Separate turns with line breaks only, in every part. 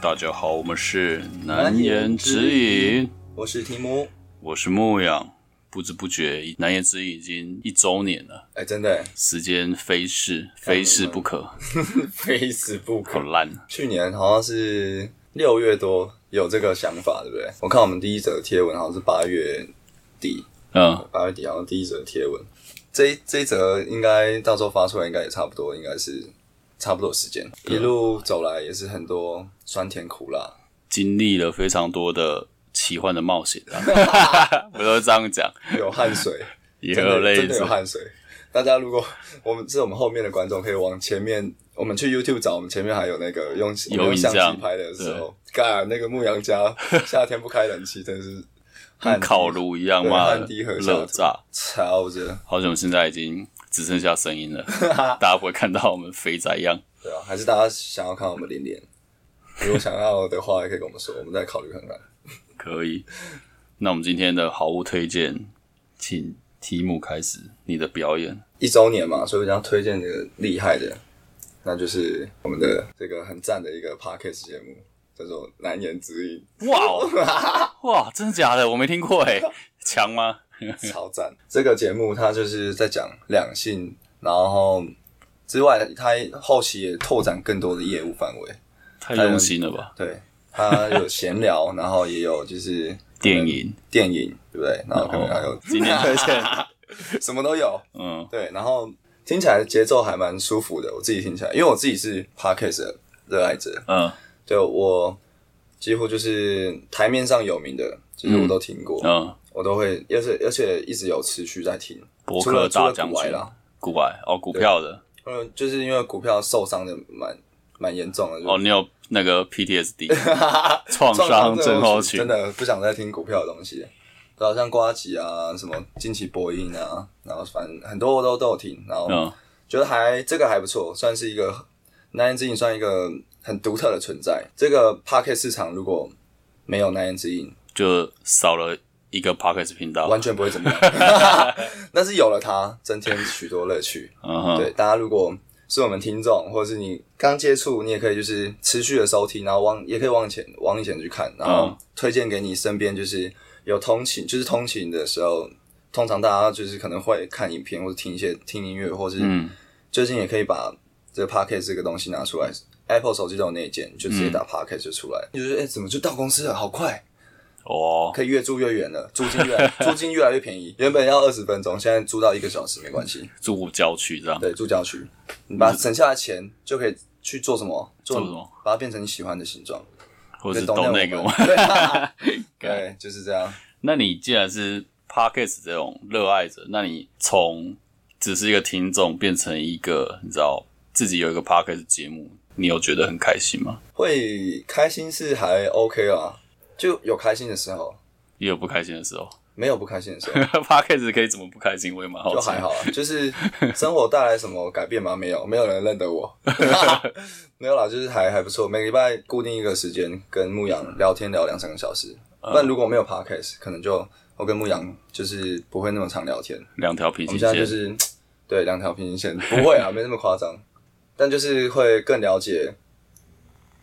大家好，我们是难言之隐，
我是提姆。
我是牧羊。不知不觉，难言之隐已经一周年了，
哎，真的
时间飞逝，非逝不可，
非死不
好
可。
烂。
去年好像是六月多有这个想法，对不对？我看我们第一则贴文好像是八月底，
嗯，
八月底好像第一则贴文。这一这一则应该到时候发出来，应该也差不多，应该是差不多时间。一路走来也是很多酸甜苦辣，
经历了非常多的奇幻的冒险啊， 我都这样讲，
有汗水。
也
真的
有泪
真的
水
有。汗水。大家如果我们是我们后面的观众，可以往前面，我们去 YouTube 找，我们前面还有那个用我们
有
用
影
相
像
机拍的时候，干那个牧羊 家夏天不开冷气，真是汗
跟烤
滴
炉一样
对
嘛，
汗滴禾下
热
土
炸。
超热，
好久现在已经只剩下声 音了，大家不会看到我们肥仔样。
对啊，还是大家想要看我们脸脸，如果想要的话，也可以跟我们说，我们再考虑看看。
可以。那我们今天的好物推荐，请题目开始你的表演。
一周年嘛，所以我想推荐这个厉害的，那就是我们的这个很赞的一个 podcast 节目，叫做《难言之隐
哇哦， 哇，真的假的？我没听过哎，强吗？》，
超赞。这个节目它就是在讲两性，然后之外，它后期也拓展更多的业务范围。
太用心了吧！
对，它有闲聊，然后也有就是
电影，
电影，对不对？然后可能还有
哦今 天推荐，
什么都有。
嗯，
对，然后听起来节奏还蛮舒服的，我自己听起来，因为我自己是 podcast 的热爱者，
嗯
对我几乎就是台面上有名的，其实我都听过，
嗯，
我都会，而且而且一直有持续在听。
博
除
客
了除
大
了
将
股
军
外，啦，
股外哦，股票的
嗯，就是因为股票受伤的蛮蛮严重的，就
哦，你有那个 PTSD 创
撞
伤
伤
症候群
真，的不想再听股票的东西。对啊，像瓜吉啊，什么近期播音啊，然后反正很多我都都有听，然后
嗯
觉得还这个还不错，算是一个难言之隐，算一个很独特的存在。这个 p a r k e t 市场如果没有难言之隐，
就少了一个 Podcast 频道，
完全不会 怎么样。 但是有了它，增添许多乐趣。
嗯哼，
对，大家如果是我们听众，或者是你刚接触，你也可以就是持续的收听，然后往也可以往前往以前去看，然后
嗯
推荐给你身边就是有通勤，就是通勤的时候，通常大家就是可能会看影片或者听一些听音乐，或是
嗯
最近也可以把这个 podcast 这个东西拿出来。Apple 手机都有内建，就直
嗯
接打 podcast 就出来。你就觉得哎、诶怎么就到公司了？好快，
哦，
可以越住越远了，租金越 来租金越来越便宜。原本要二十分钟，现在租到一个小时没关系。
住郊区这样，
对，住郊区，你把省下的钱就可以去做什么？做
做什么？
把它变成你喜欢的形状，
或者是
就 donate
懂那个
我
我
们
们。
对啊对，就是这样。
那你既然是 podcast 这种热爱者，那你从只是一个听众变成一个，你知道自己有一个 podcast 节目，你有觉得很开心吗？
会开心是还 OK 啦，就有开心的时候，
也有不开心的时候。
没有不开心的时候
，podcast 可以怎么不开心？我也蛮好
就
奇。
还好啊，就是生活带来什么改变吗？没有，没有人认 得我，没有啦，就是还还不错。每个礼拜固定一个时间跟牧羊聊天聊两三个小时，
嗯
但如果没有 podcast，可能就我跟牧羊就是不会那么常聊天。
两条平
我
行
们现在就
线，
是对两条平行线，不会啊，没那么夸张，但就是会更了解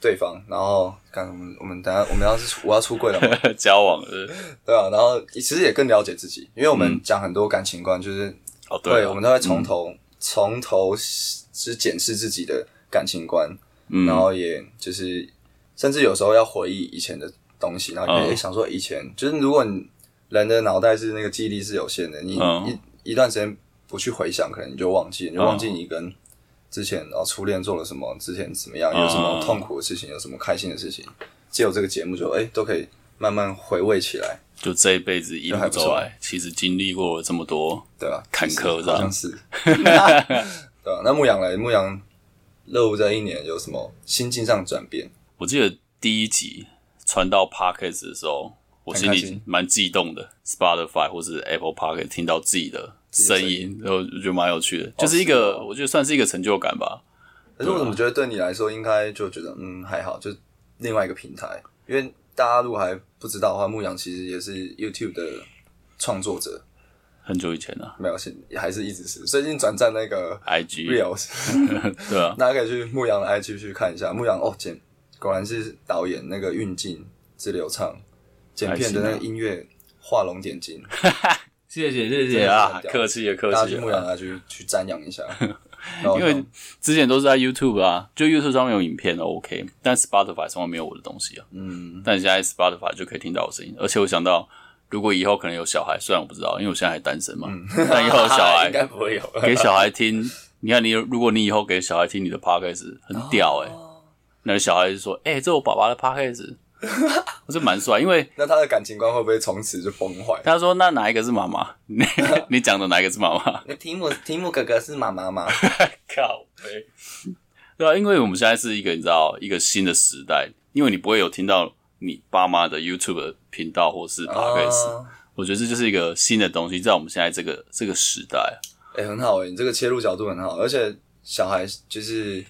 对方。然后，看我们我们等下我们要是出我要出柜了嘛，
交往是不是
对啊，然后其实也更了解自己，因为我们讲很多感情观，就是
哦，
对，
对啊，
我们都会从头从、头去检视自己的感情观，
嗯
然后也就是甚至有时候要回忆以前的东西，然后你可以、
嗯
诶想说以前就是如果你人的脑袋是那个记忆力是有限的，你一、
嗯
一段时间不去回想，可能你就忘记，你就忘记你跟之前哦初恋做了什么，之前怎么样，有什么
嗯
痛苦的事情，有什么开心的事情，借由这个节目就哎、诶都可以慢慢回味起来，
就这一辈子一路走来，其实经历过了这么多，
对吧、
坎坷这样
好像是， 对啊吧、那牧羊嘞，牧羊乐舞这一年有什么心境上转变？
我记得第一集传到 podcast 的时候，我心
很开
里
心
蛮激动的。Spotify 或是 Apple Podcast 听到自己的声音，然后觉得蛮有趣的，就是一
是
个
哦
我觉得算是一个成就感吧。
可
啊
是我怎么觉得对你来说，应该就觉得嗯还好，就另外一个平台，因为大家如果还不知道的话，牧羊其实也是 YouTube 的创作者，
很久以前了、
没有现还是一直是，最近转战那个
i g
Reels，
对啊，
大家可以去牧羊的 IG 去看一下，牧羊哦剪果然是导演那个运镜之流畅，剪片的
还行
那个
啊
音乐画龙点睛，
谢谢谢
真
谢
的是
啊
很，屌
客气了客
大家
气
去牧
了
羊
啊。
大家去去瞻仰 一下。然后
因为之前都是在 YouTube 啊，就 YouTube 上面有影片的 OK，但 Spotify 上面没有我的东西啊。
嗯，
但现在 Spotify 就可以听到我声音，而且我想到，如果以后可能有小孩，虽然我不知道，因为我现在还单身嘛，但以后有小
嗯 应该
孩
不会有。
给小孩听，你看你如果你以后给小孩听你的 podcast，很 屌
哦
哎、那小孩就说：“哎、这我爸爸的 podcast，我这蛮帅。”因为
那他的感情观会不会从此就崩坏？
他说：“那哪一个是妈 妈？你你讲的哪一个是妈妈
那提姆提姆哥哥是妈妈吗？？”
靠呗，对啊，因为我们现在是一个你知道一个新的时代，因为你不会有听到你爸妈的 YouTube 频道或是 podcast，、
啊，
我觉得这就是一个新的东西，在我们现在这个这个时 代，
哎、很好哎、你这个切入角度很好，而且小孩就是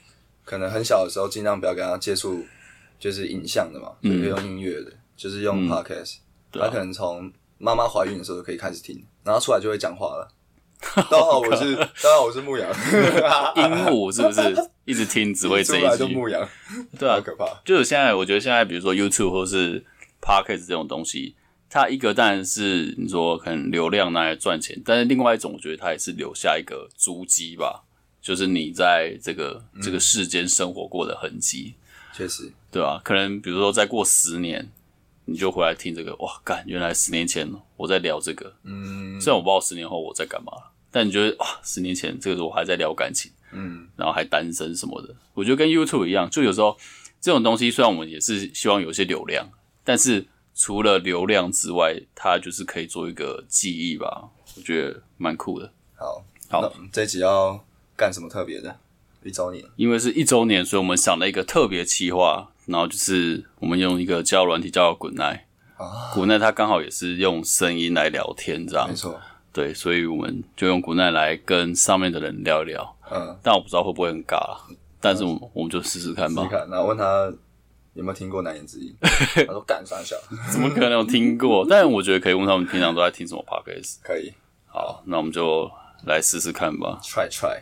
可能很小的时候，尽量不要跟他接触，就是影像的嘛，就
嗯
是用音乐的，就是用 podcast，、
对
他
啊
可能从妈妈怀孕的时候就可以开始听，然后出来就会讲话 了。大家好，我是大家好，我是牧羊，
鹦鹉是不是一直听只会
出
这
来
一
就
句？
牧羊，
对啊
好，可怕。
就是现在，我觉得现在比如说 YouTube 或是 Podcast 这种东西，它一个当然是你说可能流量拿来赚钱，但是另外一种，我觉得它也是留下一个足迹吧，就是你在这个这个世间生活过的痕迹，
确实，
对啊，可能比如说再过十年，你就回来听这个，哇，干，原来十年前我在聊这个，
嗯
虽然我不知道十年后我在干嘛，但你觉得哇，十年前这个时候我还在聊感情，
嗯，
然后还单身什么的，我觉得跟 YouTube 一样，就有时候这种东西虽然我们也是希望有一些流量，但是除了流量之外，它就是可以做一个记忆吧，我觉得蛮酷的。
好，
好
那我们这一集要干什么特别的？一周年，
因为是一周年，所以我们想了一个特别企划，然后就是我们用一个交友软体叫 Good Night，
啊
Good Night 它刚好也是用声音来聊天这样
没，错，
对，所以我们就用 Good Night 来跟上面的人聊一聊。
嗯。
但我不知道会不会很尬啦，但是我们我们就试试看
试
吧
试。看，然后问他有没有听过《难言 之隐》，他说干三小，
怎么可能有听过？但我觉得可以问他们平常都在听什么 podcast。
可以
好，那我们就来试试看吧。
try try。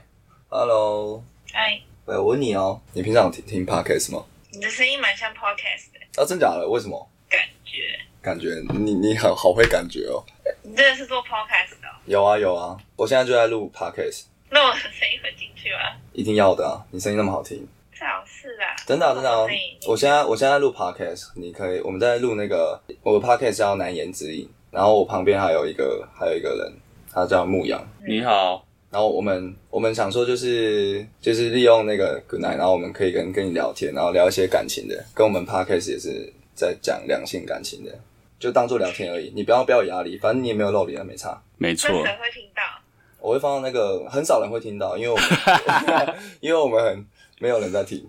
Hello，
嗨，
喂，我问你哦，你平常有听听 podcast 吗？
哎你的声音蛮像 podcast 的
啊，真假的？为什么？
感觉，
感觉你你很好会感觉哦。
你真的是做 podcast 的哦、
有啊有啊，我现在就在录 podcast，
那我的声音会进去吗？
一定要的啊！你声音那么好听，
最好是啦，
真的啊、真的啊、
所以
我现在我现在录 podcast，你可以，我们在录那个我的 podcast 叫《难言之隐》，然后我旁边还有一个还有一个人，他叫牧羊。
你好，
然后我们我们想说就是就是利用那个 Good Night，然后我们可以跟跟你聊天，然后聊一些感情的，跟我们 Podcast 也是在讲两性感情的，就当做聊天而已，你不要不要有压力，反正你也没有露脸，没差。
没错
那，谁会听到？
我会放到那个很少人会听到，因为 我们 因为我们很没有人在听，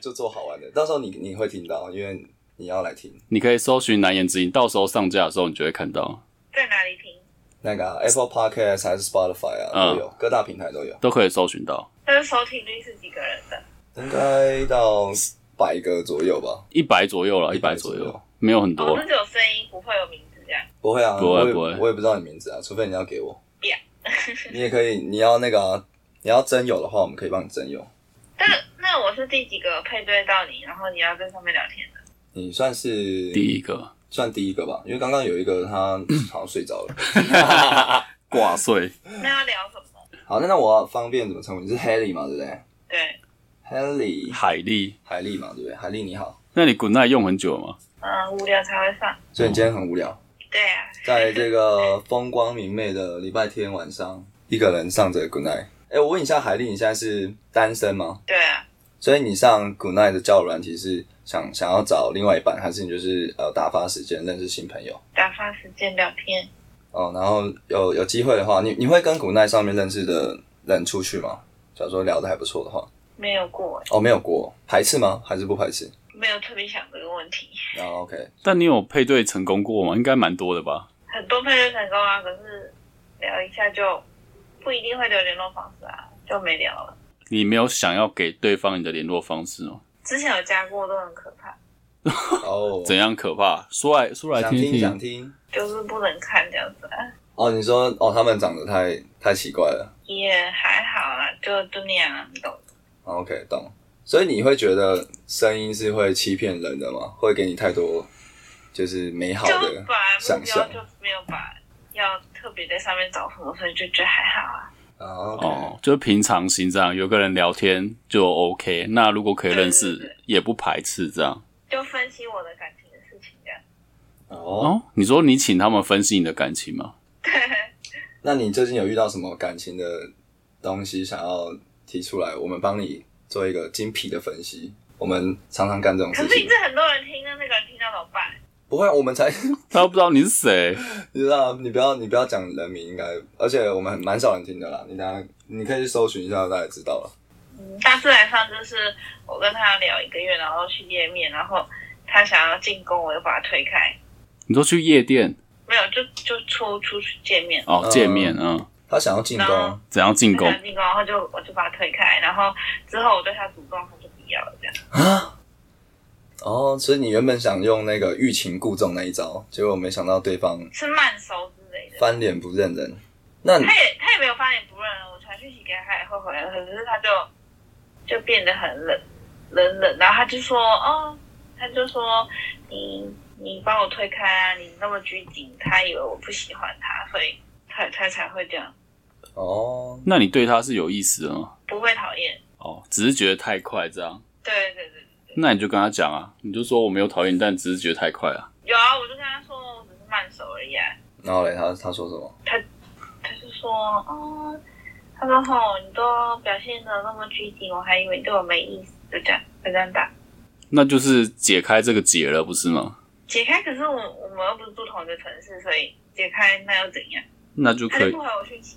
就做好玩的，到时候你你会听到，因为你要来听
你可以搜寻难言之隐，到时候上架的时候你就会看到，
在哪里听？
那个啊、Apple Podcast 还是 Spotify 啊
嗯
都有，各大平台都有，
都可以搜寻到。
那收听率是几个人的？
应该到百个左右吧，
一百左右了，一百
100
左
左
右
右，
没有很
哦，
多
那。只有声音，不会有名字这样。
不会啊，
不会
我也
不会
我也不知道你名字啊，除非你要给我。
Yeah
你也可以，你要那个啊、你要真有的话，我们可以帮你真有。
但那我是第几个配对到你，然后你要在上面聊天的？
你算是
第一个
算第一个吧，因为刚刚有一个他好像睡着了。
挂碎，
那要聊什么？
好，那那我方便怎么称呼你？是 Haley 嘛，对不对
对，
？Haley，
海丽，
海丽嘛，对不对？海丽你好，
那你 Good Night 用很久了吗？
嗯，无聊才会上。
所以你今天很无聊，
对啊，
在这个风光明媚的礼拜天晚上，一个人上着 Good Night。哎、我问一下，海丽，你现在是单身吗？
对啊，
所以你上 Good Night 的交友软体是想想要找另外一半，还是你就是呃打发时间认识新朋友？
打发时间聊天。
哦，然后有有机会的话，你你会跟 Good Night 上面认识的人出去吗？假如说聊得还不错的话，
没有过欸，
哦，没有过，排斥吗？还是不排斥？
没有特别想这个问题。
然后 OK，
但你有配对成功过吗？应该蛮多的吧？
很多配对成功啊，可是聊一下就不一定会留联络方式啊，就没聊了。
你没有想要给对方你的联络方式哦吗？
之前有加过，都很可怕，
哦，
怎样可怕？说来说来
想
听
听想听？
就是不能看这样子啊，
哦，你说哦，他们长得太太奇怪了。
也还好啦，就就那样啊，你懂。
哦 OK，懂。所以你会觉得声音是会欺骗人的吗？会给你太多就是美好
就
的
本来目
想
标
象
就没有把要特别在上面找什么，所以就觉得还好啊。
啊？
哦，就是平常心这样，有个人聊天就 OK。那如果可以认
对对
识
对，
也不排斥这样。
就分析我的感情的事情 这样。
哦，
哦，你说你请他们分析你的感情吗？
那你最近有遇到什么感情的东西想要提出来？我们帮你做一个精辟的分析。我们常常干这种
可
事
是你
情，
这很多人听，那那个人听到怎么办？
不会，我们才
他又不知道你是谁，
你知道，你不要你不要讲人名，应该，而且我们很蛮少人听的啦。你等下你可以去搜寻一下，大家知道了。
嗯，大致来上就是我跟他聊一个月，然后去见面，然后他想要进攻，我就把他推开。
你说去夜店
没有，就就出出去见面，
哦，
嗯
见面，嗯，
他想要进攻
那，
怎样进
他
攻
想？进攻，然后就我就把他推开，然后之后我对他主动，他就不要了这样。
哦，所以你原本想用那个欲擒故纵那一招，结果没想到对方
是慢熟之类的。
翻脸不认人。那你
哎
他也他也没有翻脸不认了，我传讯息给他，他也会回来，可是他就就变得很冷冷冷，然后他就说，哦，他就说你你帮我推开啊，你那么拘谨，他以为我不喜欢他，所以他他才会这样，
哦，
那你对他是有意思的吗？
不会讨厌，
哦，只是觉得太快这样。
对对对，
那你就跟他讲啊，你就说我没有讨厌你，但只是觉得太快啊。
有啊，我就跟他说我只是慢熟而已啊，
然后嘞，他他说什么？
他就说，哦，他说吼，你都表现的那么拘谨，我还以为你对我没意思，就这样就这样打。
那就是解开这个结了，不是吗？
解开，可是我我们又不是住同一个城市，所以解开那又怎样？
那就
他
可
就
以
不，回我讯息。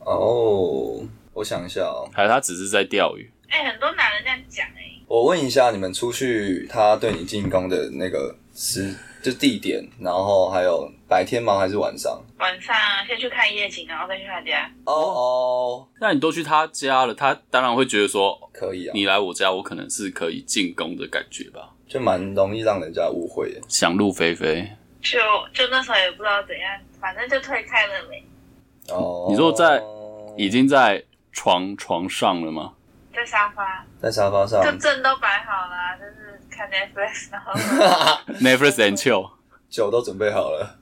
哦，我想一下哦，
还是他只是在钓鱼？
哎、很多男人这样讲哎、
我问一下你们出去，他对你进攻的那个时就地点，然后还有白天吗？还是晚上？
晚上先去看夜景，然后再去他家。
哦
嗯
哦，
那你都去他家了，他当然会觉得说
可以啊，
你来我家，我可能是可以进攻的感觉吧，
就蛮容易让人家误会的。
想入非非。
就就那时候也不知道怎样，反正就推开了没，
哦，
你说在已经在床床上了吗？
在沙发，
在沙发
嗯
上，
就证都摆好了啊，就是看 Netflix，然后
Netflix and chill，
酒都准备好了，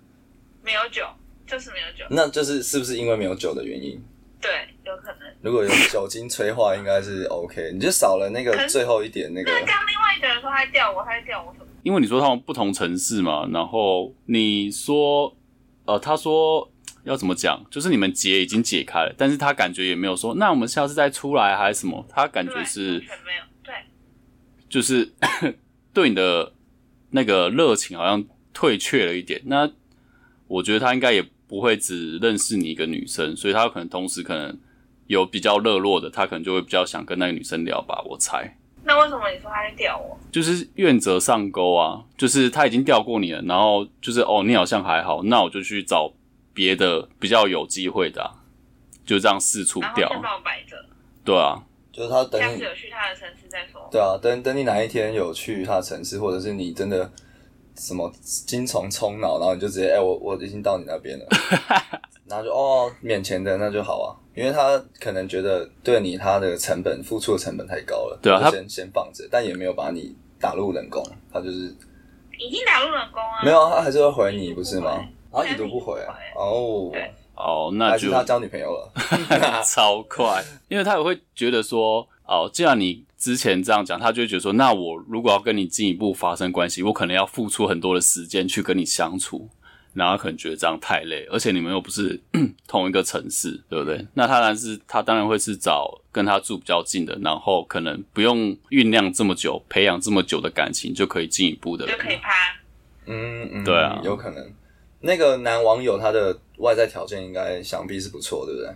没有酒，就是没有酒。
那就是是不是因为没有酒的原因？
对，有可能。
如果有酒精催化，应该是 OK，你就少了那
可
个
是
最后一点那个
但
啊
是刚另外一个人说他钓我，他就钓我什么？
因为你说他们不同城市嘛，然后你说，呃，他说要怎么讲，就是你们结已经解开了，但是他感觉也没有说，那我们下次再出来还是什么，他感
对，
觉是
完全没有。对，
就是 对你的那个热情好像退却了一点。那我觉得他应该也不会只认识你一个女生，所以他可能同时可能有比较热络的，他可能就会比较想跟那个女生聊吧，我猜。
那为什么你说他在钓我？
就是愿者上钩啊，就是他已经钓过你了，然后就是哦，你好像还好，那我就去找别的比较有机会的啊、就这样四处
然后
钓，
先把我摆着，
对啊，
就是他等
下次
你，
有去他的城市再说。
对啊，等等你哪一天有去他的城市，或者是你真的什么精虫充脑，然后你就直接哎、我我已经到你那边了，然后就哦免钱的那就好啊，因为他可能觉得对你他的成本付出的成本太高了，
对啊
就
他
先先放着，但也没有把你打入冷宫，他就是
已经打入冷宫啊。
没有，啊，他还是会回你，不是吗？
他
他
已
已
读
读
不
不
回
回哦，
对
哦，
还
那
是
就
他交女朋友了？
超快，因为他也会觉得说，哦，既然你之前这样讲，他就会觉得说，那我如果要跟你进一步发生关系，我可能要付出很多的时间去跟你相处，然后他可能觉得这样太累，而且你们又不是同一个城市，对不对？那他当然是他当然会是找跟他住比较近的，然后可能不用酝酿这么久，培养这么久的感情就可以进一步的人
就可以趴。
嗯嗯，
对啊
有可能。那个男网友他的外在条件应该想必是不错，对不对？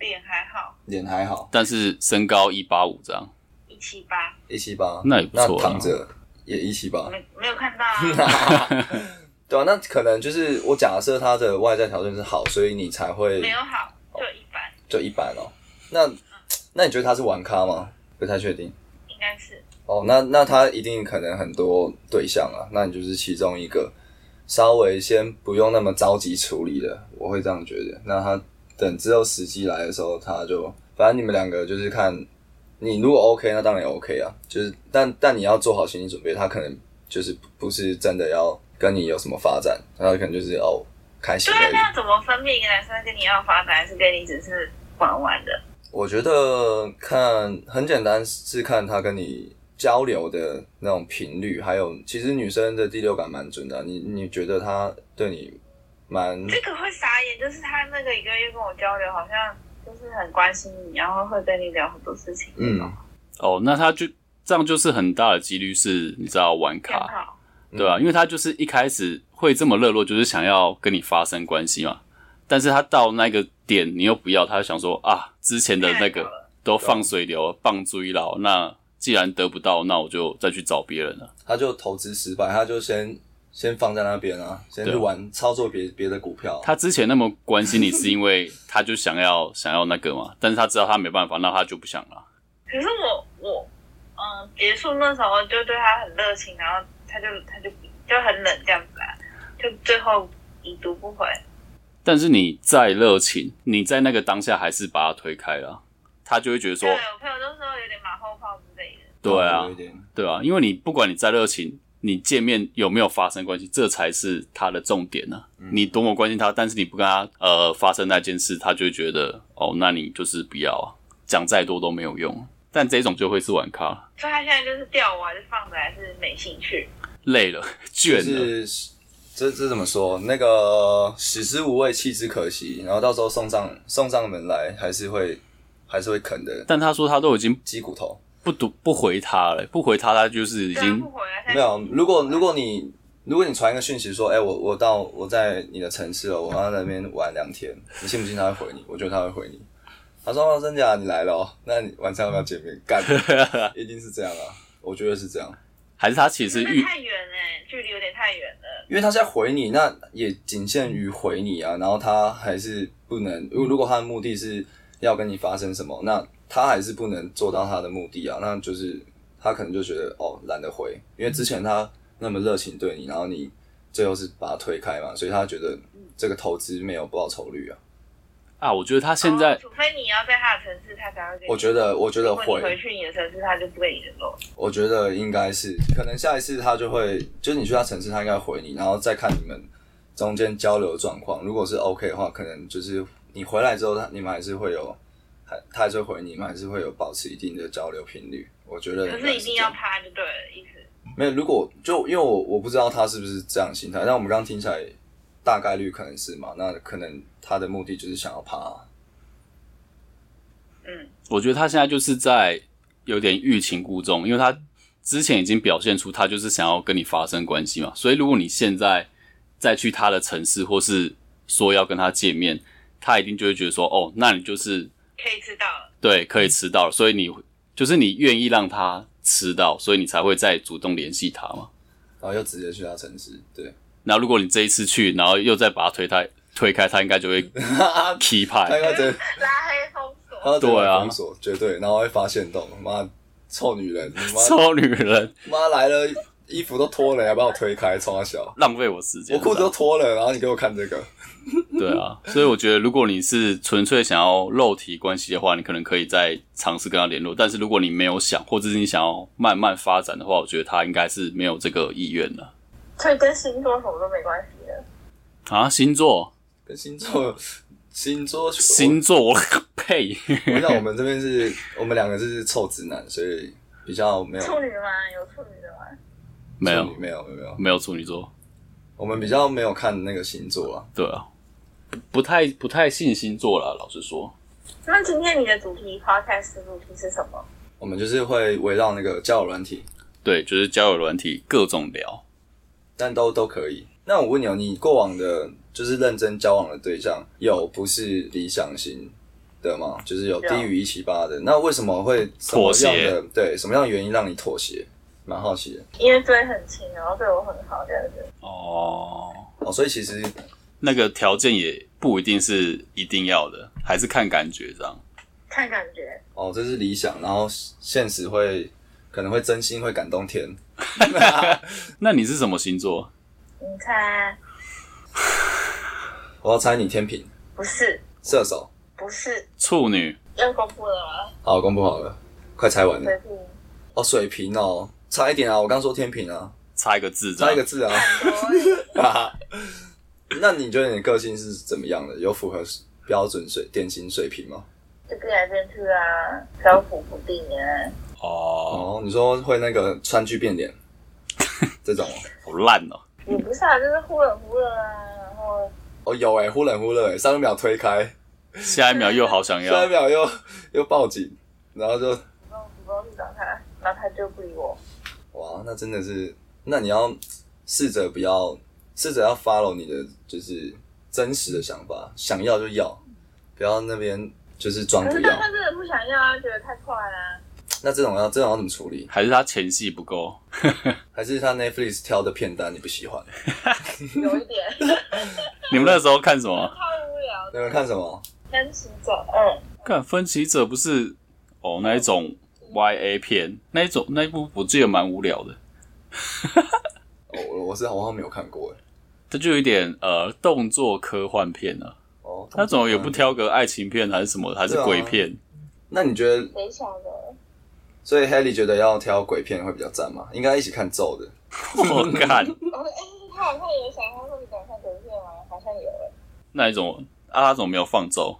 脸还好，
脸还好，
但是身高一八五这样，
一七八，
一七八，
那也不错啊
躺着也一七八，
没没有看到啊。
对啊，那可能就是我假设他的外在条件是好，所以你才会
没有好，就一般，
就一般哦。那那你觉得他是玩咖吗？不太确定。
应该是
哦，那那他一定可能很多对象啊，那你就是其中一个，稍微先不用那么着急处理的，我会这样觉得。那他等之后时机来的时候，他就反正你们两个就是看你如果 OK，那当然也 OK 啊。就是，但但你要做好心理准备，他可能就是不不是真的要跟你有什么发展，他可能就是哦开心
对
而
啊，
已。
那怎么分辨一个男生跟你要发展，还是跟你只是玩玩的？
我觉得看很简单，是看他跟你交流的那种频率，还有其实女生的第六感蛮准的啊、你你觉得她对你蛮
这个会傻眼，就是他那个一个月跟我交流，好像就是很关心你，然后会跟你聊很多事情，
嗯，
哦，那他就这样就是很大的几率是你知道玩
很
咖，
好。
对啊吧、因为他就是一开始会这么热络，就是想要跟你发生关系嘛。但是他到那个点，你又不要，他就想说啊，之前的那
太好
个都放水流、棒追牢，那既然得不到，那我就再去找别人了。
他就投资失败，他就先先放在那边啊，先去
对啊
玩操作别别的股票。
他之前那么关心你，是因为他就想要想要那个嘛，但是他知道他没办法，那他就不想了。
可是我我嗯，结束那时候就对他很热情，然后他就他就就很冷这样子啊，就最后已读不回。
但是你再热情，你在那个当下还是把他推开了，他就会觉得说
对，，啊我朋友都说有点马后炮之类的。
对啊
有一，点
对啊，因为你不管你再热情，你见面有没有发生关系，这才是他的重点呢、啊
嗯
你多么关心他，但是你不跟他呃发生那件事，他就会觉得哦，那你就是不要啊，讲再多都没有用。但这种就会是玩咖了，
所以他现在就是吊我，还是放着，还是没兴趣。
累了，
就
倦了，
是这这怎么说？那个食之无味，弃之可惜，然后到时候送上送上门来，还是会还是会啃的
但他说他都已经
鸡骨头。
不读不回他了，不回他，他就是已
对啊，
经
不回来。现在
没有，如果如果你如果你传一个讯息说，哎、我我到我在你的城市了，我要在那边玩两天，你信不信他会回你？我觉得他会回你。他说：“哦，真假？你来了哦，那你晚上要不要见面？干，一定是这样啊，我觉得是这样。
还是他其实
那
遇
太远嘞、距离有点太远了。
因为他现在回你，那也仅限于回你啊，然后他还是不能，如如果他的目的是要跟你发生什么，那他还是不能做到他的目的啊，那就是他可能就觉得哦懒得回，因为之前他那么热情对你，然后你最后是把他推开嘛，所以他觉得这个投资没有报酬率啊，
啊，我觉得他现在、
哦除非你要在他的城市，他才会跟你。
我觉得我觉得
如果你回
会，
去你的城市，他就不跟你联络。
我觉得应该是，可能下一次他就会，就是你去他城市，他应该回你，然后再看你们中间交流的状况。如果是 OK 的话，可能就是你回来之后，他你们还是会有，还他还是会回你，你们还是会有保持一定的交流频率。我觉得
可
应
是
该
一
是
定
这
要
样
他就对了，意思。
没有。如果就因为我我不知道他是不是这样的心态，但我们刚刚听起来大概率可能是嘛，那可能他的目的就是想要爬、
嗯，
我觉得他现在就是在有点欲擒故纵，因为他之前已经表现出他就是想要跟你发生关系嘛，所以如果你现在再去他的城市，或是说要跟他见面，他一定就会觉得说，哦，那你就是
可以知道了。
对可以迟到了，所以你就是你愿意让他迟到，所以你才会再主动联系他嘛。
然后又直接去他城市，对，
那如果你这一次去，然后又再把他推开推开，他应该就会 气
他应
派。
该真的
拉黑封
他
锁，
要对
对啊
封锁，绝对，然后会发现洞，妈臭女人，你妈
臭女人，
妈来了，衣服都脱了，还把我推开，冲他小，
浪费我时间。
我裤子都脱了，然后你给我看这个，
对 啊，所以我觉得，如果你是纯粹想要肉体关系的话，你可能可以再尝试跟他联络。但是如果你没有想，或者是你想要慢慢发展的话，我觉得他应该是没有这个意愿的
所以跟星座什么都没关系的。
啊。星座，
跟星座，星座，
嗯星座， 我呸！
我我想我们这边是我们两个是臭直男，所以比较没有
处女吗？有处女的吗？
没
处
有
女，没有没有，
没有处女座，
我们比较没有看那个星座啊，
对啊，不不太不太信星座啦。老实说，
那今天你的主题 podcast 主题是什么？
我们就是会围绕那个交友软体，
对，就是交友软体各种聊。
但都都可以。那我问你哦，你过往的就是认真交往的对象，有不是理想型的吗？就是有低于一七八的，那为什么会什么样的对什么样的原因让你妥协？蛮好奇的
因为追很勤，然后对我很好这样子。
哦，
哦。所以其实
那个条件也不一定是一定要的，还是看感觉这样。
看感觉，
哦，这是理想，然后现实会可能会真心会感动天。
那你是什么星座？
你猜
我要猜你天平
不是？
射手，
不是
处女。
要公布了吗？
好，公布好了。快猜完了。
水瓶
哦，水平哦，差一点啊！我刚说天平啊，
差一个字，
差一个字啊。
座，
那你觉得你的个性是怎么样的？有符合标准水典型水平吗？
就变来变去啊，漂浮不定啊。
哦，
哦，你说会那个川剧变脸这种哦？
好烂哦，
也不是啊，就是忽冷忽热啊，然后
哦，有哎、忽冷忽热哎、上一秒推开，
下一秒又好想
下
要
一，秒又又报警，然后就
主动主动去找他，然后他就不理我。
哇，那真的是，那你要试着不要，试着要 follow 你的就是真实的想法，想要就要，不要那边就是装
可
不
是
要
当。他真的不想要啊，觉得太快啦、
那这种要这种要怎么处理？
还是他前戏不够，
还是他 Netflix 挑的片单你不喜欢？
有一 点
你们那时候看什么？
太无聊。
你们看什么？
分歧者二，
看《分歧者》不是哦那一种 Y A 片，那一种那一部我记得蛮无聊的，
哦，我我是好像没有看过哎。
它就有一点呃动作科幻片啊，
哦，
它怎么也不挑个爱情片还是什么，还
啊
是鬼片？
那你觉得，
谁想的？
所以 Haley 觉得要挑鬼片会比较赞吗？应该一起看咒的。
我看、
我说哎，他好像有想，他说你敢看鬼片吗？好像有哎，
那一种啊，他怎么没有放走？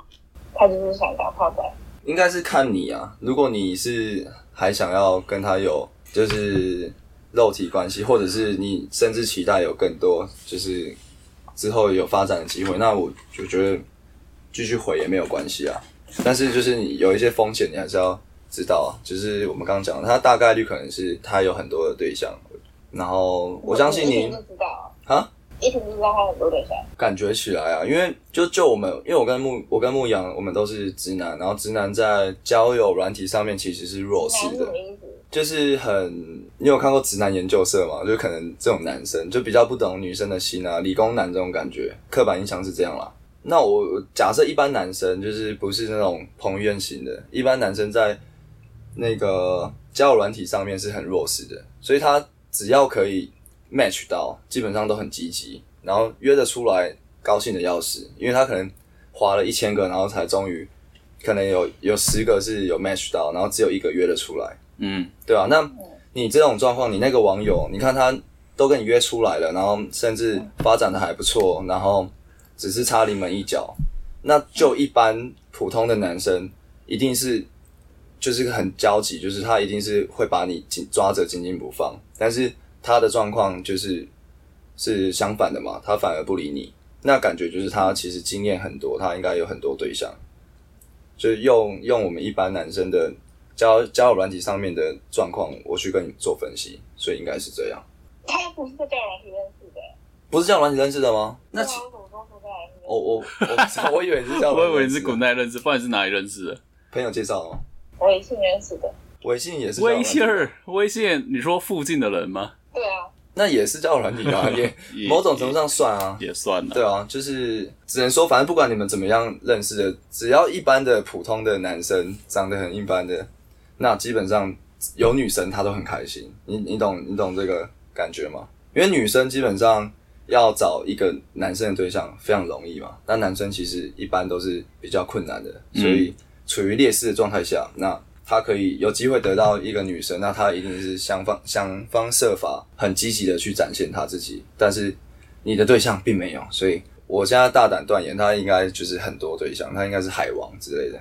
他就是想打炮仔。
应该是看你啊。如果你是还想要跟他有就是肉体关系，或者是你甚至期待有更多就是之后有发展的机会，那我就觉得继续回也没有关系啊。但是就是你有一些风险，你还是要知道啊。就是我们刚刚讲的，他大概率可能是他有很多的对象，然后我相信
一听
你
就知道
啊。
一听就知道他很多对象。
感觉起来啊，因为就就我们，因为我跟牧我跟牧羊，我们都是直男，然后直男在交友软体上面其实是弱势
男
的
什么，意思？
就是很，你有看过直男研究社吗？就可能这种男生就比较不懂女生的心啊，理工男这种感觉，刻板印象是这样啦。那我我假设一般男生就是不是那种彭于晏型的，一般男生在那个交友软体上面是很弱势的，所以他只要可以 match 到，基本上都很积极，然后约得出来，高兴的要死，因为他可能花了一千个，然后才终于可能有有十个是有 match 到，然后只有一个约得出来。
嗯，
对啊，那你这种状况，你那个网友，你看他都跟你约出来了，然后甚至发展的还不错，然后只是差临门一脚，那就一般普通的男生一定是就是很焦急，就是他一定是会把你紧抓着紧紧不放，但是他的状况就是是相反的嘛，他反而不理你，那感觉就是他其实经验很多，他应该有很多对象，就是用用我们一般男生的交交友软体上面的状况，我去跟你做分析，所以应该是这样。
他又不是在交友软体认识的，
不是交友软体认识的吗？那
那
其哦
我怎么说不在？
我我我不知道，我 以为你是交友
我
软
以
体
为
认
你是
识的
古代认识，不然你是哪里认识的？
朋友介绍哦，
微信认识的，
微信也是交友
微
软体
信儿，微信，你说附近的人吗？
对啊，
那也是交友软体 啊，也
也
某种程度上算啊。
也算了。
对啊，就是只能说，反正不管你们怎么样认识的，只要一般的普通的男生长得很一般的，那基本上有女生她都很开心。你你懂你懂这个感觉吗？因为女生基本上要找一个男生的对象非常容易嘛，但男生其实一般都是比较困难的，
嗯
所以处于劣势的状态下，那他可以有机会得到一个女生，那他一定是想方想方设法，很积极的去展现他自己，但是你的对象并没有，所以我现在大胆断言，他应该就是很多对象，他应该是海王之类的。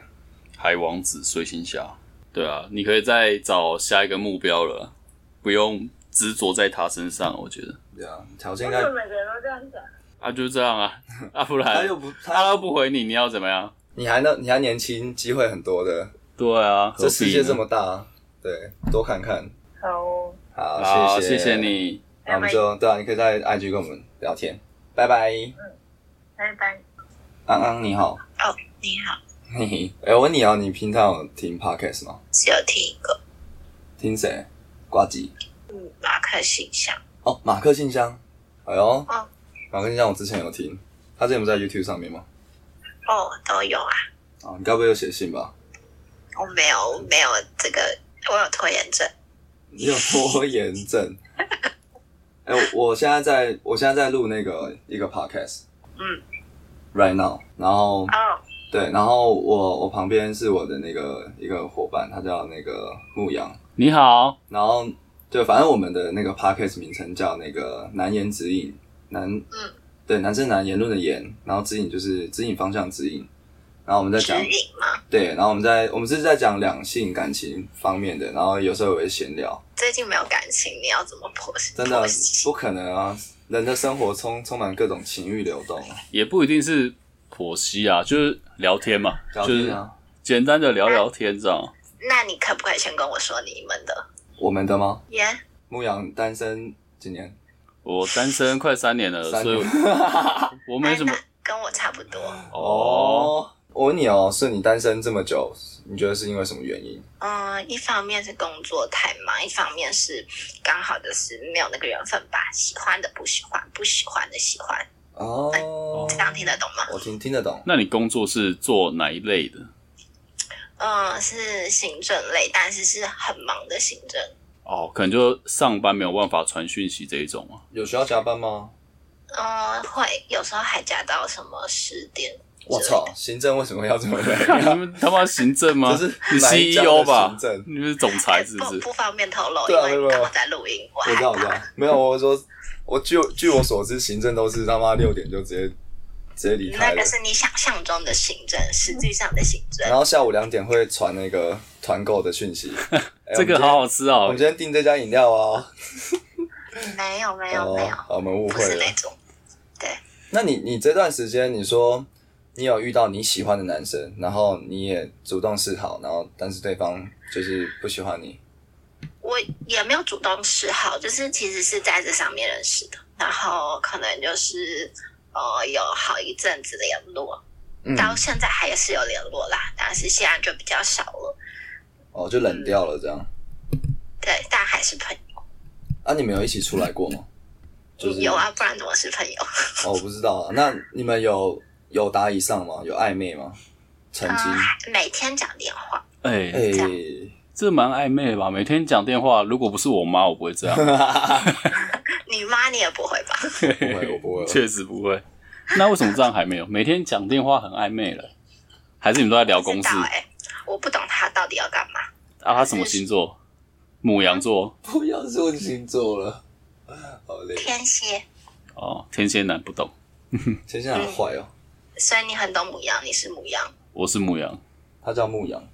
海王子、水行侠，对啊，你可以再找下一个目标了，不用执着在他身上，我觉得
对啊，条件
为
应
什
该
么每个人都这样讲？
啊，就是这样 啊，啊，不
他
然
又不
他
他，
都不回你，你要怎么样？
你还能你还年轻，机会很多的，
对啊，
这
何必
世界
呢
这么大，对，多看看。
好哦，
好，
好，
谢
啊谢谢，你，
那我们就对啊，你可以在 IG 跟我们聊天，拜拜。
拜拜。
安安你好，
哦，你好，
嘿嘿，哎、我问你哦，你平常有听 podcast 吗？
只有听一个，
听谁？呱唧
嗯，马克形象。
哦，马克信箱。哎呦
嗯，
马克信箱我之前有听，他之前不是在 YouTube 上面吗？
哦，都有啊，
啊，你该不会有写信吧？
我没有我没有这个，我有拖延症。
你有拖延症。 哎、我我现在在我现在在录那个一个 podcast，
嗯
，right now，然后
哦，
对，然后我我旁边是我的那个一个伙伴，他叫那个牧羊，
你好，
然后就反正我们的那个 podcast 名称叫那个“难言指引”，男，
嗯
对，男生男言论的言，然后指引就是指引方向指引，然后我们在
指
讲
引吗？
对，然后我们在我们是在讲两性感情方面的，然后有时候也会闲聊，
最近没有感情，你要怎么剖析？
真的
剖析
不可能啊！人的生活充充满各种情欲流动啊，
也不一定是剖析啊，就是聊天嘛，
聊
就
天
是
啊，
简单的聊聊天这样。
那你可不可以先跟我说你们的？
我们的吗？
耶、
牧羊单身几年？
我单身快三年了，
三
呃所以
年
我我没 什么
哎那跟我差不多。
哦。，
我问你哦，是你单身这么久，你觉得是因为什么原因？
嗯，一方面是工作太忙，一方面是刚好的是没有那个缘分吧，喜欢的不喜欢，不喜欢的喜欢，
哦，
这样听得懂吗？
我听听得懂。
那你工作是做哪一类的？
嗯，是行政类，但是是很忙的行政。
哦，可能就上班没有办法传讯息这一种啊。
有需要加班吗？
嗯，会有时候还加到什么十点。
我操，行政为什么要这么累？
你们他妈行政吗？
这是
你
哪一家的
CEO 吧
行政？哎
你们是总裁是不
不
是？
不方便透露，
对啊
因为
没有没有
刚好在录音，我
我知
害
道，我知道
怕。，
没有，我说，我据据我所知，行政都是他妈六点就直接直接离开
那
了
个，是你想象中的行政，实际上的行政
然。后下午两点会传那个团购的讯 息。哎
这个好，好吃
我
哦
们今天我们今！天订这家饮料哦。
没有没有
哦
没有，，
好我们误
不
会
是
了
那。种。
那你你这段时间，你说你有遇到你喜欢的男生，然后你也主动示好，然后但是对方就是不喜欢你，
我也没有主动示好，就是其实是在这上面认识的，然后可能就是呃有好一阵子联络，
嗯，
到现在还是有联络啦，但是现在就比较少了。
哦，就冷掉了这样。
对，但还是朋友，
啊，你们有一起出来过吗？就是
有啊，不然怎么是朋友？
哦，我不知道啊。那你们有有打以上吗？有暧昧吗？曾经，
嗯，每天讲电话，
哎、
哎、
这样
这蛮暧昧的吧？每天讲电话，如果不是我妈，我不会这 样。
你妈你也不会吧？
不会，我不会。
确实不会。那为什么这样还没有？每天讲电话很暧昧了，还是你们都在聊公
不
事
知？道哎、我不懂他到底要干嘛。
啊，他什么星座？母羊座
不要说星座了，好累。
天蝎，
哦，天蝎男不懂，
天蝎好坏哦，
所以你很懂母羊，你是母羊，
我是母羊，
他叫牧 羊，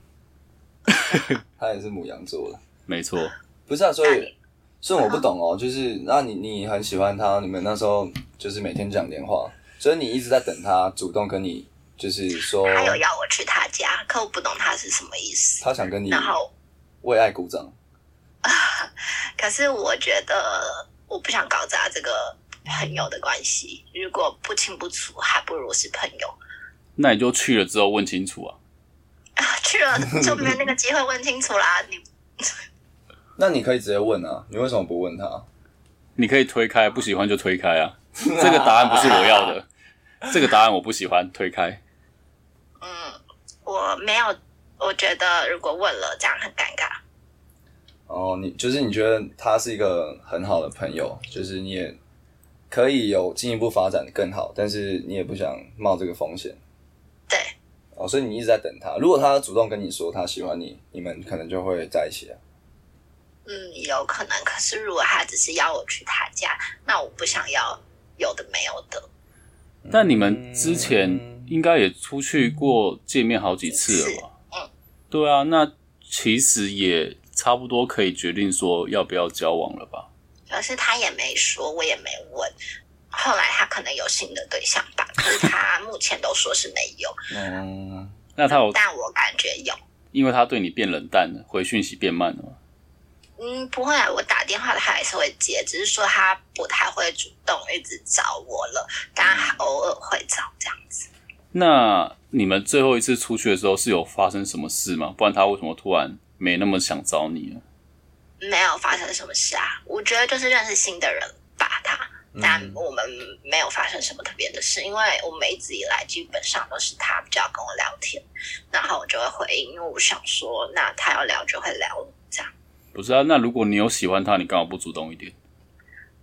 他也是母羊座的。
没错。
不是啊，所
那
以
你，嗯
所以我不懂哦，就是那你你很喜欢他，你们那时候就是每天讲电话，所以你一直在等他主动跟你，就是说
他有要我去他家，可我不懂他是什么意思。
他想跟你
然后
为爱鼓掌。
可是我觉得我不想搞砸这个朋友的关系，如果不清不楚，还不如是朋友。
那你就去了之后问清楚啊。
啊，去了就没那个机会问清楚啦。你
那你可以直接问啊，你为什么不问他？
你可以推开，不喜欢就推开 啊。这个答案不是我要的，这个答案我不喜欢，推开。
嗯，我没有，我觉得如果问了，这样很尴尬。
哦，你就是你觉得他是一个很好的朋友，就是你也可以有进一步发展更好，但是你也不想冒这个风险。
对，
哦，所以你一直在等他。如果他主动跟你说他喜欢你，你们可能就会在一起啊。
嗯，有可能。可是如果他只是要我去他家，那我不想要有的没有的。
但你们之前应该也出去过见面好几次了吧？
嗯
对啊，那其实也差不多可以决定说要不要交往了吧？
可是他也没说，我也没问。后来他可能有新的对象吧，可是他目前都说是没有，
嗯，
那他有
但我感觉有。
因为他对你变冷淡了，回讯息变慢了吗？
嗯，不会啊，我打电话他还是会接，只是说他不太会主动一直找我了，但他偶尔会找这样子。
那你们最后一次出去的时候是有发生什么事吗？不然他为什么突然没那么想找你了？
没有发生什么事啊，我觉得就是认识新的人吧，他。但
嗯
我们没有发生什么特别的事，因为我们一直以来基本上都是他比较跟我聊天，然后我就会回应，因为我想说，那他要聊就会聊，这样。
不是啊，那如果你有喜欢他，你干嘛不主动一点？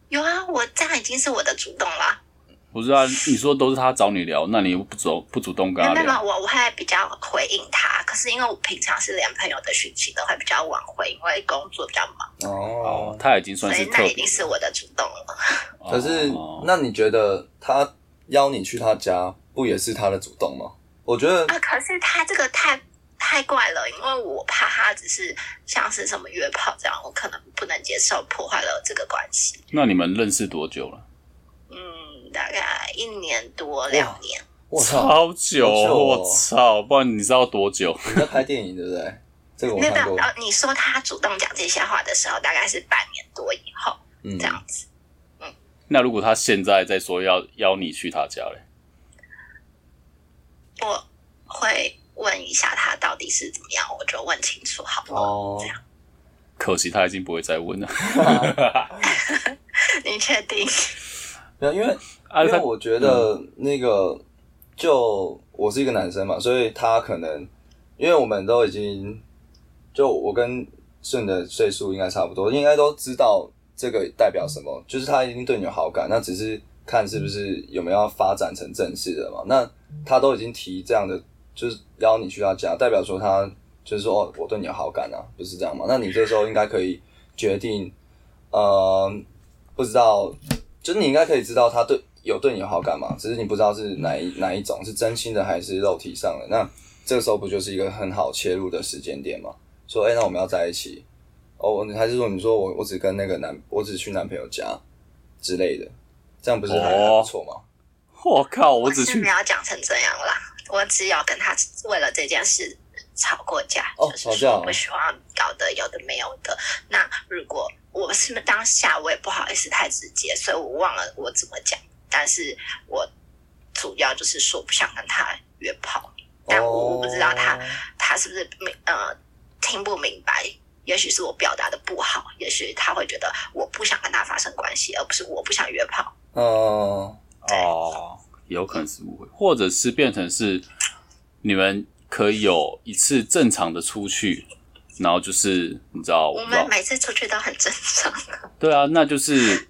有啊，我这样已经是我的主动啦。
不是啊，你说都是他找你聊，那你又不主不主动跟他
那
聊
么，我我会比较回应他，可是因为我平常是连朋友的讯息都会比较晚回，因为工作比较忙，
哦
哦，，
他已经算
所
是
以
特
那
别
一定是我的主动了。
哦
可是
哦
那你觉得他邀你去他家，不也是他的主动吗？我觉得
啊，可是他这个太太怪了，因为我怕他只是像是什么约炮这样，我可能不能接受，破坏了这个关系。
那你们认识多久了？
嗯，大概一年多两年，
我操，
超久，
好久哦
我操！不然你知道多久？
你在拍电影对不对？这个我
没有没
看
有
过，
呃你说他主动讲这些话的时候，大概是半年多以后
嗯
这，样子。
那如果他现在在说要邀你去他家嘞，
我会问一下他到底是怎么样，我就问清楚好了。
哦，
可惜他已经不会再问了。
你确定？
没有，因为
啊，
因为
他
我觉得那个，就我是一个男生嘛，所以他可能，因为我们都已经，就我跟顺的岁数应该差不多，应该都知道这个代表什么，就是他已经对你有好感，那只是看是不是有没有要发展成正式的嘛。那他都已经提这样的，就是邀你去他家，代表说他就是说、哦、我对你有好感啊，不是这样吗？那你这时候应该可以决定，呃，不知道，就是你应该可以知道他对有对你有好感嘛，只是你不知道是哪一哪一种是真心的还是肉体上的。那这个时候不就是一个很好切入的时间点吗？说，哎、那我们要在一起哦，还是说你说我我只跟那个男，我只去男朋友家之类的，这样不是还还不错吗？
我靠， 我只
是
去
没有讲成这样啦，我只有跟他为了这件事吵过架，
哦
就是
吵架
啊
哦
说不希望搞得有的没有的。那如果我是当下我也不好意思太直接，所以我忘了我怎么讲，但是我主要就是说不想跟他约炮，但我我不知道他
哦
他是不是明呃听不明白。也许是我表达的不好，也许他会觉得我不想跟他发生关系，而不是我不想约炮。
嗯，
哦，有可能是误会，或者是变成是你们可以有一次正常的出去，然后就是你知道，
我
我不知
们
道，
每次出去都很正常。
对啊，那就是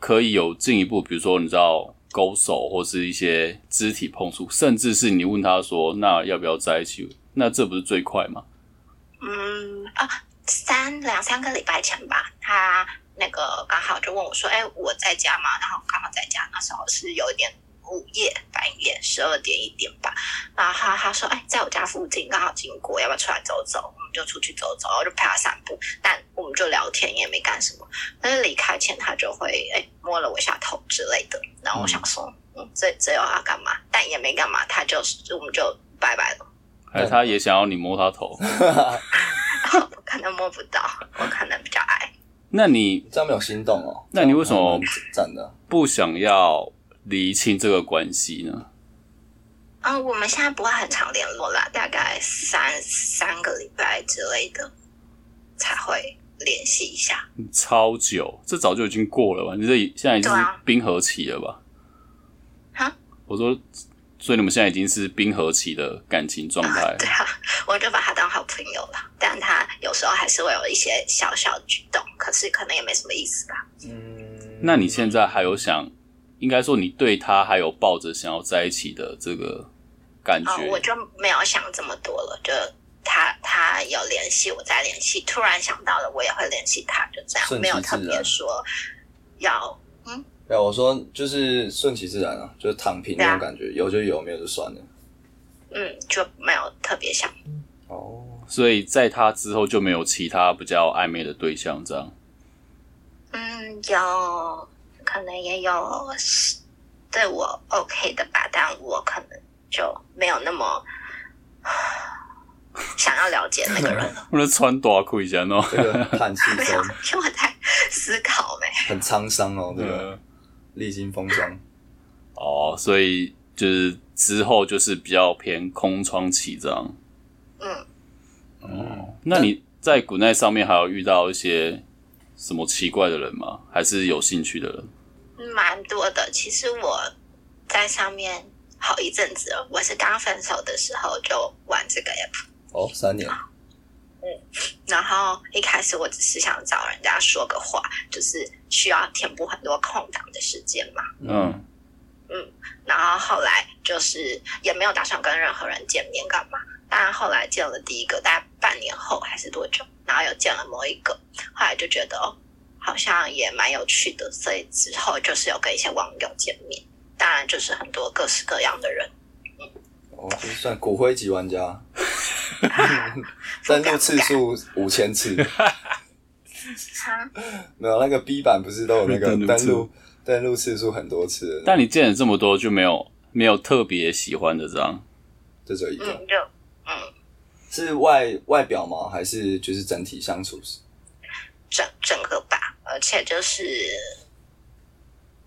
可以有进一步，比如说你知道勾手或是一些肢体碰触，甚至是你问他说那要不要在一起，那这不是最快吗？
嗯啊，三两三个礼拜前吧，他那个刚好就问我说：“哎，我在家吗？”然后刚好在家，那时候是有一点午夜半夜十二点一点吧。然后他他说：“哎，在我家附近刚好经过，要不要出来走走？”我们就出去走走，我就陪他散步，但我们就聊天，也没干什么。但是离开前他就会哎摸了我一下头之类的，然后我想说，嗯，这这又要干嘛？但也没干嘛，他就是我们就拜拜了。
还是他也想要你摸他头？
然后我可能摸不到，我可能比较矮。
那你
这样没有心动哦？
那你为什么
还蛮赞的？
不想要厘清这个关系呢？
嗯，我们现在不会很常联络啦，大概三三个礼拜之类的才会联系一下。
超久，这早就已经过了吧？你这现在已经是
对啊
冰河期了吧？
哈，
我说，所以你们现在已经是冰河期的感情状态
啊， 对啊，我就把他当好朋友了，但他有时候还是会有一些小小举动，可是可能也没什么意思吧。
嗯，
那你现在还有想，应该说你对他还有抱着想要在一起的这个感
哦，我
觉，
就没有想这么多了，就他他有联系，我再联系，突然想到了，我也会联系他，就这
顺其
样，没有特
自
别
然
说要
对啊，我说就是顺其自然啊，就是躺平那种感觉，有就有，没有就算了。
嗯，就没有特别想。
哦，
所以在他之后就没有其他比较暧昧的对象，这样
嗯，有可能也有是对我 OK 的吧，但我可能就没有那么 想要了解那个人了。
我就穿短裤哦一下喏。
这个叹气
没有
声，
因为我在思考没。
很沧桑哦，这个
呃
历经风霜。
哦，所以就是之后就是比较偏空窗期这样。
嗯，
哦，那你在古奈上面还有遇到一些什么奇怪的人吗？还是有兴趣的人？
蛮多的。其实我在上面好一阵子了，我是刚分手的时候就玩这个 app，
哦，三年，
然后一开始我只是想找人家说个话，就是需要填补很多空档的时间嘛。
嗯，
嗯，然后后来就是也没有打算跟任何人见面干嘛，但后来见了第一个，大概半年后还是多久，然后又见了某一个，后来就觉得哦，好像也蛮有趣的，所以之后就是哦有跟一些网友见面，当然就是很多各式各样的人，
哦，这算骨灰级玩家，登录次数五千次。
哈
没有那个 B 版不是都有那个
登录
登
次
录登录次数很多次的，
但你见了这么多，就没有没有特别喜欢的这样。
这只有一个
嗯，就
是外外表吗？还是就是整体相处？
整整个吧，而且就是，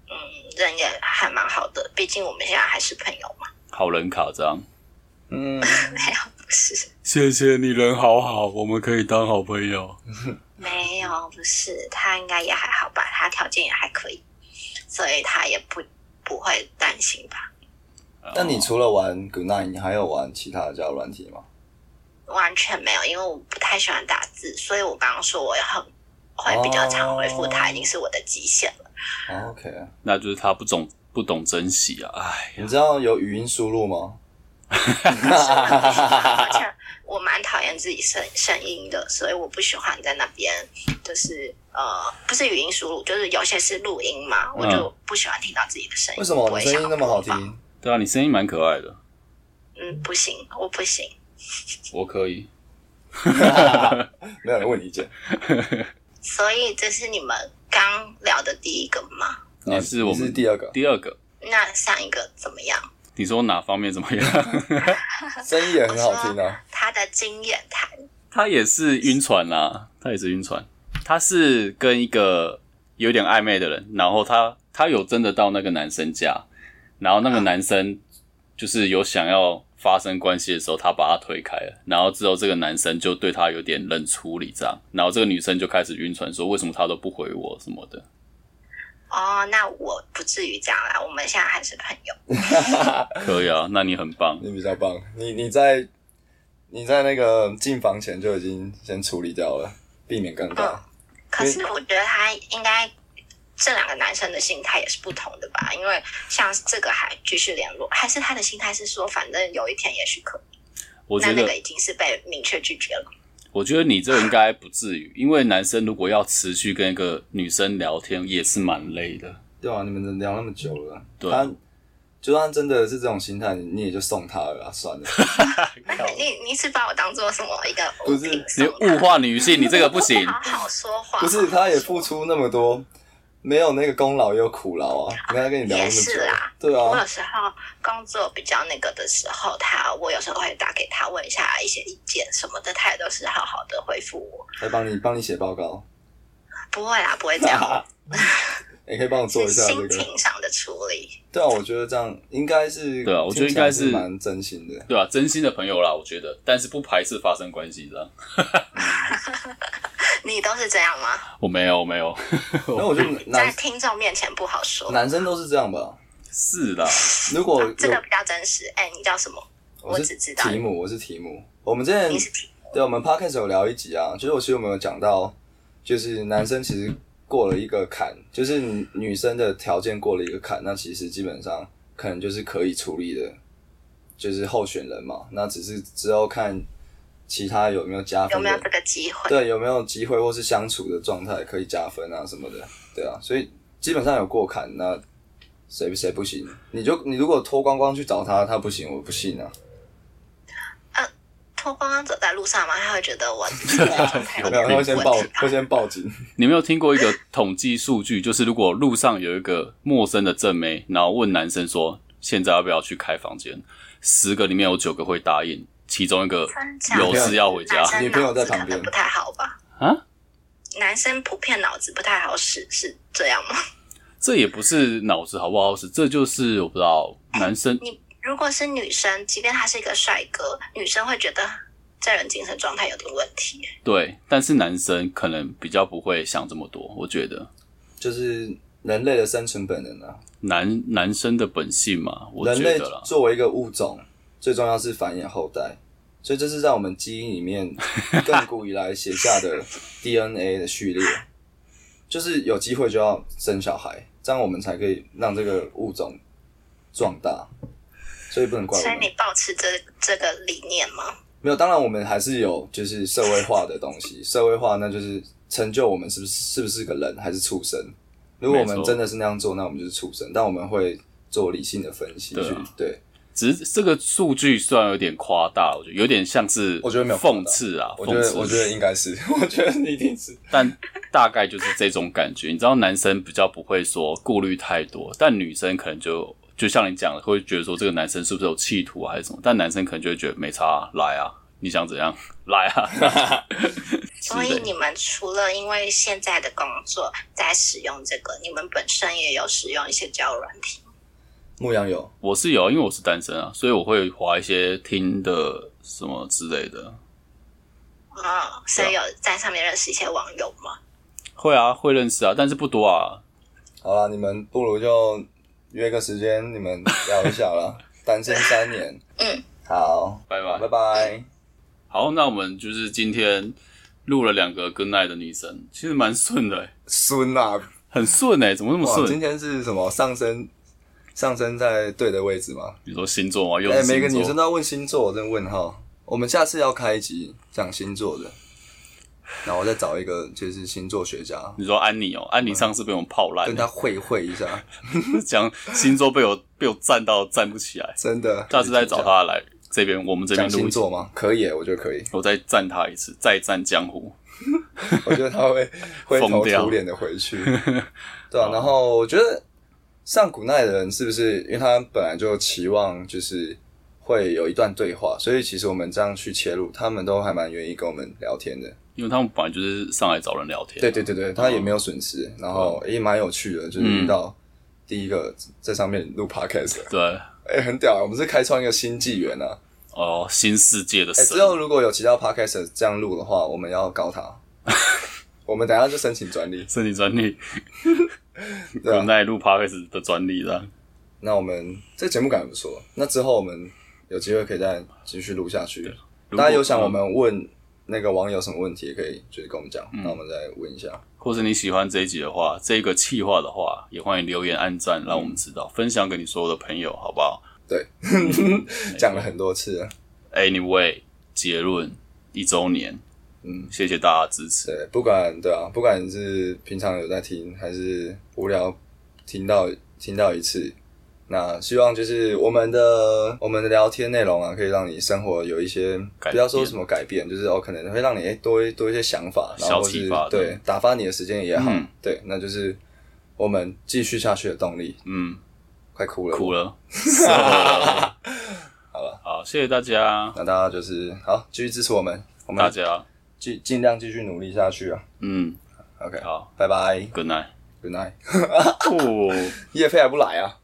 嗯，人也还蛮好的，毕竟我们现在还是朋友嘛。
好人卡这样。
嗯，
没有，不是，
谢谢你人好好，我们可以当好朋友。
没有，不是，他应该也还好吧，他条件也还可以，所以他也不不会担心吧，
那你除了玩 Good Night，你还有玩其他的交友软体吗？
完全没有，因为我不太喜欢打字，所以我刚刚说我也很会比较常回复他，
哦
已经是我的极限 了。
哦 OK，
那就是他不懂不懂珍惜啊！哎呀
你，知道有语音输入吗？
而且我蛮讨厌自己声声音的，所以我不喜欢在那边，就是呃，不是语音输入，就是有些是录音嘛，我就不喜欢听到自己的声音。
嗯为什么
不
你
会
声
想
音
要
那么好
播放？
听？
对啊，你声音蛮可爱的，
嗯，不行，我不行。
我可以。
没有人问你意见。
所以这是你们刚聊的第一个吗？
你是我
啊你是
们
第二个，
第二个，
那上一个怎么样？
你说哪方面怎么样？
声音也很好听啊。
他的经验谈，
他也是晕船啦、他也是晕船。他是跟一个有点暧昧的人，然后他他有真的到那个男生家，然
啊
后那个男生就是有想要发生关系的时候，他把他推开了，然后之后这个男生就对他有点冷处理这样，然后这个女生就开始晕船，说为什么他都不回我什么的。
哦，那我不至于这样啦，我们现在还是朋友。
可以 啊，那你很棒。
你比较棒，你你在你在那个进房前就已经先处理掉了，避免尴
嗯
尬。
可是我觉得他应该这两个男生的心态也是不同的吧，因为像这个还继续联络，还是他的心态是说，反正有一天也许可以，
我
那
觉
那
得
个已经是被明确拒绝了。
我觉得你这应该不至于，因为男生如果要持续跟一个女生聊天，也是蛮累 的。
对啊，你们聊那么久了，
对
他就算真的是这种心态，你你也就送他了啊， 算了。
你你是把我当做什么一个
不是
物品
你
送他
物化女性，你这个不行。
好好说话，
不是，他也付出那么多，没有那个功劳也有苦劳啊。人家跟你聊那
也
么久
是啦，
对
我
啊
有，时候工作比较那个的时候，他我有时候会打给他问一下一些意见什么的，他也都是好好的回复我，
来帮你帮你写报告，
不会啦，不会这样，
也可以帮我 做
是
一下这
心
个。
情上的处理。
对啊，我觉得这样应该是，
对啊我觉得
听起来
应该是
蛮真 心的。
对啊，真心的朋友啦，我觉得，但是不排斥发生关系这样。
你都是这样吗？
我没有，我没有，
那我觉得
在
男
听众面前不好说，
男生都是这样吧。
是啦，
如果
啊这
有
个比较真实。哎、你叫什么？
我
我只
是
知道
题目，我是题目。我们之前
你是听
对，我们 podcast 有聊一集啊，就是我其实我们有讲到，就是男生其实过了一个坎，就是女女生的条件过了一个坎，那其实基本上可能就是可以处理的，就是候选人嘛。那只是之后看其他有没有加
有
分
没
的，
有这个机会？
对，有没有机会或是相处的状态可以加分啊什么的，对啊。所以基本上有过坎，那谁谁不行？你就你如果脱光光去找他，他不行，我不信啊。
脱光光走在路上嘛，他会觉 得我自己的状态有
没有，他
点
会
问
先报
题，吧
会？先报警。
你没有听过一个统计数据，就是如果路上有一个陌生的正妹，然后问男生说现在要不要去开房间，十个里面有九个会答应，其中一个
真假
有事要回家
男。生
女朋友
脑
在
子
旁
可
边
能不太好吧？
啊？
男生普遍脑子不太好使，是这样吗？
这也不是脑子好不好使，这就是我不知道男生
你如果是女生，即便他是一个帅哥，女生会觉得这人精神状态有点问题。
对，但是男生可能比较不会想这么多，我觉得
就是人类的生存本能啊。
男男生的本性嘛，我
人
觉
类
得啦，
作为一个物种，最重要是繁衍后代，所以这是在我们基因 里面亘古以来写下的 DNA 的序列。就是有机会就要生小孩，这样我们才可以让这个物种壮大，所以不能怪我
所以
们。
你保持这这个理念吗？
没有，当然我们还是有就是社会化的东西，社会化那就是成就我们是不是是不是个人还是畜生。如果我
没
们
错
真的是那样做，那我们就是畜生，但我们会做理性的分析去
对啊
对
只是这个数据虽然有点夸大，我觉得有点像是
我觉得没有夸大
讽刺啊，
我觉
讽
得
刺
我觉得应该是， 我觉得一定是。
但大概就是这种感觉。你知道，男生比较不会说顾虑太多，但女生可能就就像你讲的，会觉得说这个男生是不是有企图啊还是什么？但男生可能就会觉得没差、啊，来啊，你想怎样，来 啊。之
所
类
以
的
你们除了因为现在的工作在使用这个，你们本身也有使用一些交友软体。
牧羊有
我是有，因为我是单身啊，所以我会划一些听的什么之类的。
嗯，所以有在上面认识一些网友吗？
会啊，会认识啊，但是不多啊。
好啦，你们不如就约个时间，你们聊一下 啦。单身三年，
嗯，
好，
拜拜
拜拜。
好，那我们就是今天录了两个 Good Night 的女生，其实蛮顺的、欸，
孙啊，
很顺哎、怎么那么
哇，今
顺？
天是什么上升？上升在对的位置吗？
你说星座吗？又
哎、
是
每个
星座
女生都要问星座，我真的问号。我们下次要开一集讲星座的，然后我再找一个就是星座学家，
你说安妮哦，安妮上次被我们泡烂
跟他
了，
会会一下，
讲星座被我被我站到站不起来，
真的。
下次再找他来这边，我们这
讲
边录
星
一集，
座吗？可以耶，我觉得可以，
我再站他一次，再战江湖。
我觉得 他会灰头
疯掉
土脸的 回去，对啊，然后我觉得上古奈的人是不是，因为他本来就期望就是会有一段对话，所以其实我们这样去切入，他们都还蛮愿意跟我们聊天的。
因为他们本来就是上来找人聊天，
对对对对，他也没有损失，然后
啊
也蛮有趣的，就是
嗯
遇到第一个在上面录 podcast，的
对
哎、很屌、啊，我们是开创一个新纪元啊！
哦，新世界的
哎、
神
之，后如果有其他 podcast 这样录的话，我们要 告他，我们等一下就申请专利，
申请专利，
对
我
啊
们。在录 podcast 的专利的，
那我们这节目感很不错，那之后我们有机会可以再继续录下去。
如果嗯
大家有想我，们问那个网友什么问题，也可以就是跟我们讲，
嗯
那我们再问一下。
或是你喜欢这一集的话，这个企划的话，也欢迎留言、按赞，让我们知道，分享给你所有的朋友，好不好？
对，讲了很多次了，
Anyway，结论一周年，
嗯。
谢谢大家支 持。
对，不管对啊，不管你是平常有在听，还是无聊听到听到一次，那希望就是我们的我们的聊天内容啊，可以让你生活有一些
改变
不要说什么改变，就是哦，可能会让你诶多一多一些想法，然
小
后
启
是
发
对打发你的时间也好，
嗯
对，那就是我们继续下去的动力。
嗯，
快哭了，
哭
了。
了，好了，好，谢谢大家，
那大家就是好，继续支持我们，我
大
们
家，
尽尽量继续努力下去啊。
嗯，
OK，
好
拜拜
，Good night，
，Good night。
哦。
叶飞还不来啊？